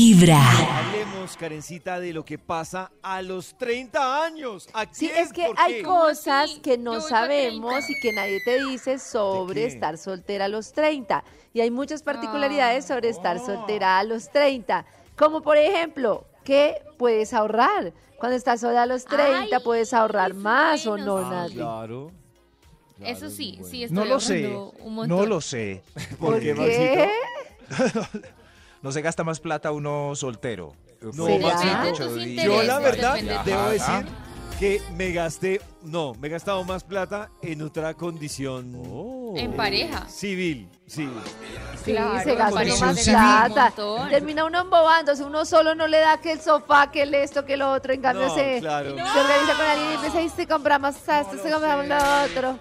Vibra. Hablemos, Karencita, de lo que pasa a los 30 años. ¿A Sí, quién? es que ¿Por hay qué? cosas así? que Yo no voy pa' sabemos 30. y que nadie te dice sobre qué? estar soltera a los 30. Y hay muchas particularidades sobre estar Ah. soltera a los 30. Como por ejemplo, que puedes ahorrar. Cuando estás sola a los 30 Ay, puedes ahorrar eso es más o bueno, no, sí. Ah, Nati. claro. Claro, Eso es sí, muy sí, bueno. estoy No lo sé. ahorrando un montón. No lo sé. ¿Por qué, ¿Qué? Maxito? No se gasta más plata uno soltero. No, ¿Será? Maxito. Depende de tus Yo intereses, la verdad depende de debo tus intereses. decir que me gasté, no, me he gastado más plata en otra condición Oh. En pareja. civil. Sí. Sí, Claro, se gasta uno condición más civil. plata. Un montón. Termina uno embobándose, uno solo no le da que el sofá, que el esto, que lo otro. En cambio No, se, claro. se organiza con alguien y empieza, "Ay, este se compramos esto, se compramos lo otro.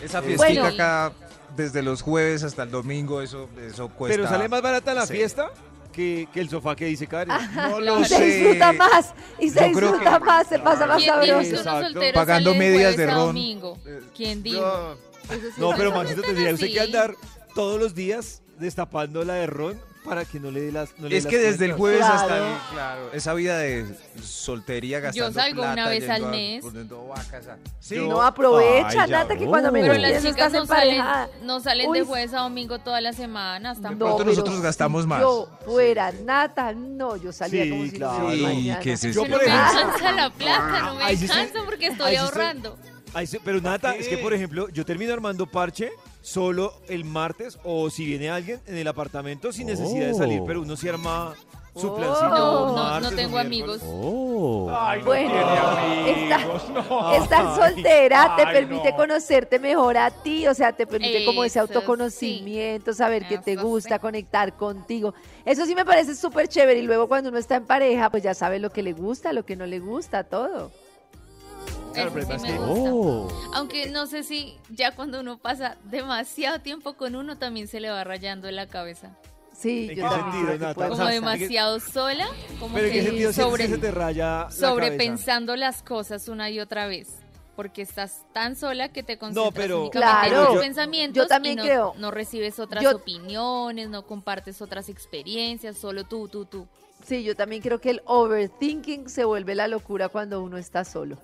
Esa Eh, Bueno. fiestita acá, desde los jueves hasta el domingo, eso, eso cuesta. Pero sale más barata la Sí. fiesta que, que el sofá que dice Karen. No Y lo Y se sé. disfruta más, y se Yo creo disfruta que- más, se pasa más ¿Quién dijo sabroso. que uno Exacto. Eh, soltero Pagando sale medias de jueves a ron. domingo? ¿Quién dijo? No. No, pero más Maxito tendría usted que andar todos los días destapando la de ron para que no le dé las. no le dé Es las que desde el cuentas. jueves Claro. hasta el, claro, esa vida de soltería gastando salgo una plata, vez yendo al a- mes. poniendo vacas a- Sí, No ah, aprovecha, Ay, ya Nata, que cuando menos Pero voy. las piensas chicas estás no salen, emparejada. no salen Uy, de jueves a domingo todas las semanas No, tampoco. pronto pero nosotros gastamos si más. Yo fuera Sí, sí. Nata, no, yo salía Sí, como si claro. no hubiera Sí, mañana. que se Yo, No por me ejemplo, alcanza la plata, no me Ay, Ah, sí, sí. alcanza porque Ay, estoy sí, sí. ahorrando. Ay, sí, pero Nata, es que qué? por ejemplo, yo termino armando parche solo el martes o si viene alguien en el apartamento sin necesidad de salir, Oh. pero uno se arma su Oh. plancito. No, no, no martes o tengo miércoles. amigos. Oh. Bueno, esta- estar soltera te permite conocerte mejor a ti, o sea, te permite como ese Eso sí. autoconocimiento, saber qué te Eso gusta, sí. conectar contigo. Eso sí me parece súper chévere y luego cuando uno está en pareja, pues ya sabe lo que le gusta, lo que no le gusta, todo. Claro, pero Eso es sí me que- gusta. Oh. Aunque no sé si ya cuando uno pasa demasiado tiempo con uno también se le va rayando en la cabeza. Sí, ¿En yo qué también sentido, creo que Nata? puede O Como sea, pasar. demasiado sola, como Pero en qué que sentido sientes que sobre, se te raya la cabeza? sobrepensando las cosas una y otra vez. Porque estás tan sola que te concentras pero- únicamente Claro. en Yo- tus pensamientos yo también y no, creo. no recibes otras Yo- opiniones, no compartes otras experiencias, solo tú, tú, tú. Sí, yo también creo que el overthinking se vuelve la locura cuando uno está solo.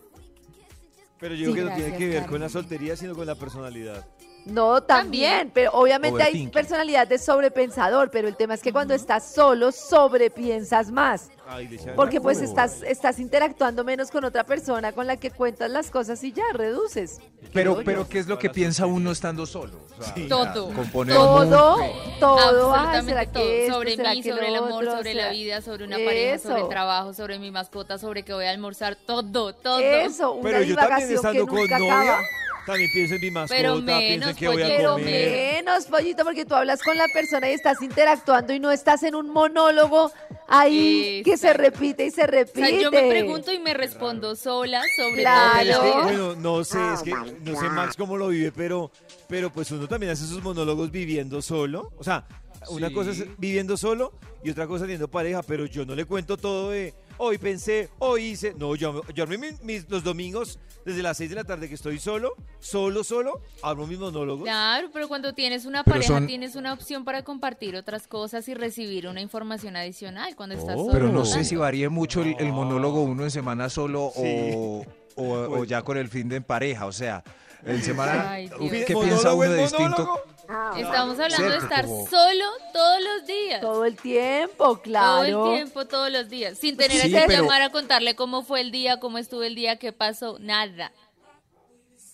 Pero yo creo Sí, que no tiene gracias, que ver con Karen. la soltería, sino con la personalidad. No, también, También. pero obviamente hay Overthinking. personalidad de sobrepensador, pero el tema es que cuando estás solo sobrepiensas más, Ay, le echan porque la pues culpa. estás estás interactuando menos con otra persona con la que cuentas las cosas y ya reduces. Pero, Creo pero ¿qué es lo que piensa uno estando solo? O sea, Sí. Todo. componer un- todo, todo, ay, ¿será que absolutamente todo. esto, sobre será mí, que sobre el lo amor, otro? sobre la ¿Será- vida, sobre una pareja, sobre Eso. el trabajo, sobre mi mascota, sobre que voy a almorzar, todo, todo. Eso, una Pero yo también divagación que estando con nunca novia, acaba. también pienso en mi mascota, Pero pienso en menos, qué voy a pollero, Pero comer. menos, pollito, porque tú hablas con la persona y estás interactuando y no estás en un monólogo ahí que se Exacto. repite y se O repite. sea, yo me pregunto y me respondo sola sobre Claro. Es todo. que, ¿No? bueno, no sé, es que no sé Max cómo lo vive, pero, pero pues uno también hace sus monólogos viviendo solo. O sea, una Sí. cosa es viviendo solo y otra cosa teniendo pareja, pero yo no le cuento todo de hoy pensé, hoy hice. No, yo, yo armé mi- mis- los domingos desde las 6 de la tarde que estoy solo, solo, solo, abro mis monólogos. Claro, pero cuando tienes una Pero pareja son- tienes una opción para compartir otras cosas y recibir una información adicional cuando estás Oh. solo. Pero no Todo. sé si varíe mucho el, el monólogo uno en semana solo o, o- o ya con el fin de en pareja. O sea, en semana, Ay, ¿qué Dios. piensa ¿Monólogo uno es de distinto? monólogo? Ah, Estamos hablando de Cierto, estar como- solo todos los días. Todo el tiempo, claro. Todo el tiempo, todos los días. Sin tener Sí, que pero- llamar a contarle cómo fue el día, cómo estuvo el día, qué pasó, nada.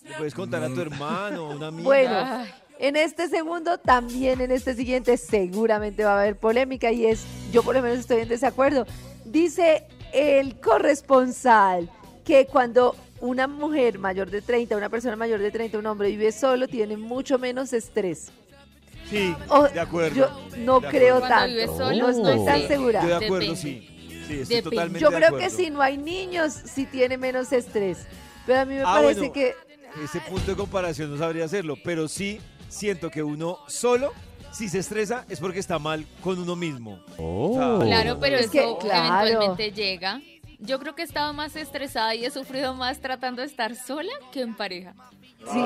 Le puedes contar a tu hermano, a una amiga. Bueno, Ay. en este segundo, también en este siguiente, seguramente va a haber polémica y es, yo por lo menos estoy en desacuerdo. Dice el corresponsal que cuando una mujer mayor de 30, una persona mayor de 30, un hombre vive solo, tiene mucho menos estrés. sí, O- de acuerdo. Oh, Yo no de creo acuerdo. Cuando tanto. vive solo, no estoy no tan sé. segura. Yo de acuerdo, Depende. sí. Sí, estoy Depende. totalmente Yo de creo que acuerdo. si no hay niños, sí tiene menos estrés. Pero a mí me Ah, parece bueno. que Ese punto de comparación no sabría hacerlo, pero sí siento que uno solo, si se estresa, es porque está mal con uno mismo. Oh. Claro, pero Es eso que, claro. eventualmente llega. Yo creo que he estado más estresada y he sufrido más tratando de estar sola que en pareja. sí,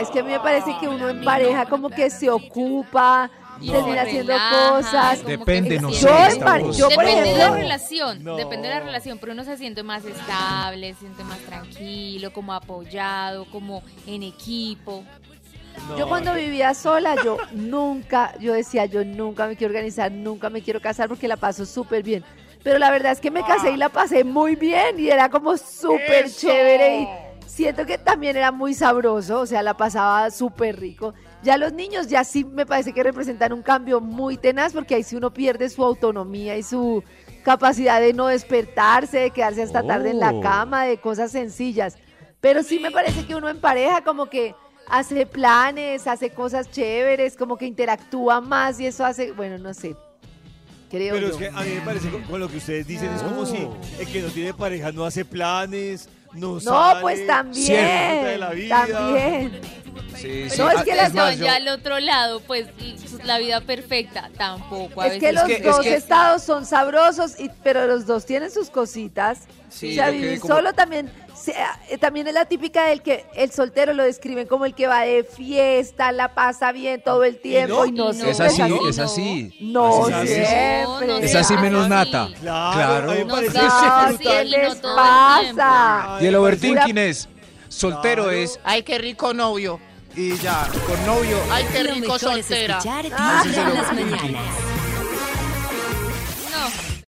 es que a mí me parece que uno en pareja como que se ocupa, Y termina se haciendo relaja, cosas. como que Depende, se no siente- sé, Yo en par- yo, por depende de la ejemplo- relación, No. depende de la relación, pero uno se siente más estable, se siente más tranquilo, como apoyado, como en equipo. Yo cuando vivía sola, yo nunca, yo decía, yo nunca me quiero organizar, nunca me quiero casar porque la paso súper bien. Pero la verdad es que me casé y la pasé muy bien y era como súper chévere y siento que también era muy sabroso, o sea, la pasaba súper rico. Ya los niños ya sí me parece que representan un cambio muy tenaz porque ahí sí uno pierde su autonomía y su capacidad de no despertarse, de quedarse hasta tarde en la Oh. cama, de cosas sencillas. Pero sí me parece que uno en pareja como que hace planes, hace cosas chéveres, como que interactúa más y eso hace, bueno, no sé. Creo Pero yo. es que a mí me parece con, con lo que ustedes dicen es como No. si el que no tiene pareja no hace planes, no, No, sale, pues no disfruta de también. la vida. También. Sí, No, es que Ah, las- más, Estaban yo- ya al otro lado, pues y la vida perfecta tampoco. A Es que veces los que- es dos que- estados son sabrosos, y, pero los dos tienen sus cositas. Sí, o sea, yo quedé vivir como- solo también, se- eh, también es la típica del que el soltero lo describen como el que va de fiesta, la pasa bien todo el tiempo y no, y no. siempre es así, no. es así. No, Así es. siempre. No, no Es así sea menos así. nata. Claro, Claro. a mí me No parece sea No, así, ¿qué brutal. él no les todo el pasa? Y el Ay, pues, overthinking es soltero Claro. es Ay, qué rico novio. y ya con novio Ay, qué Lo rico mejor es soltera. escuchar Vibra Ah. en las mañanas.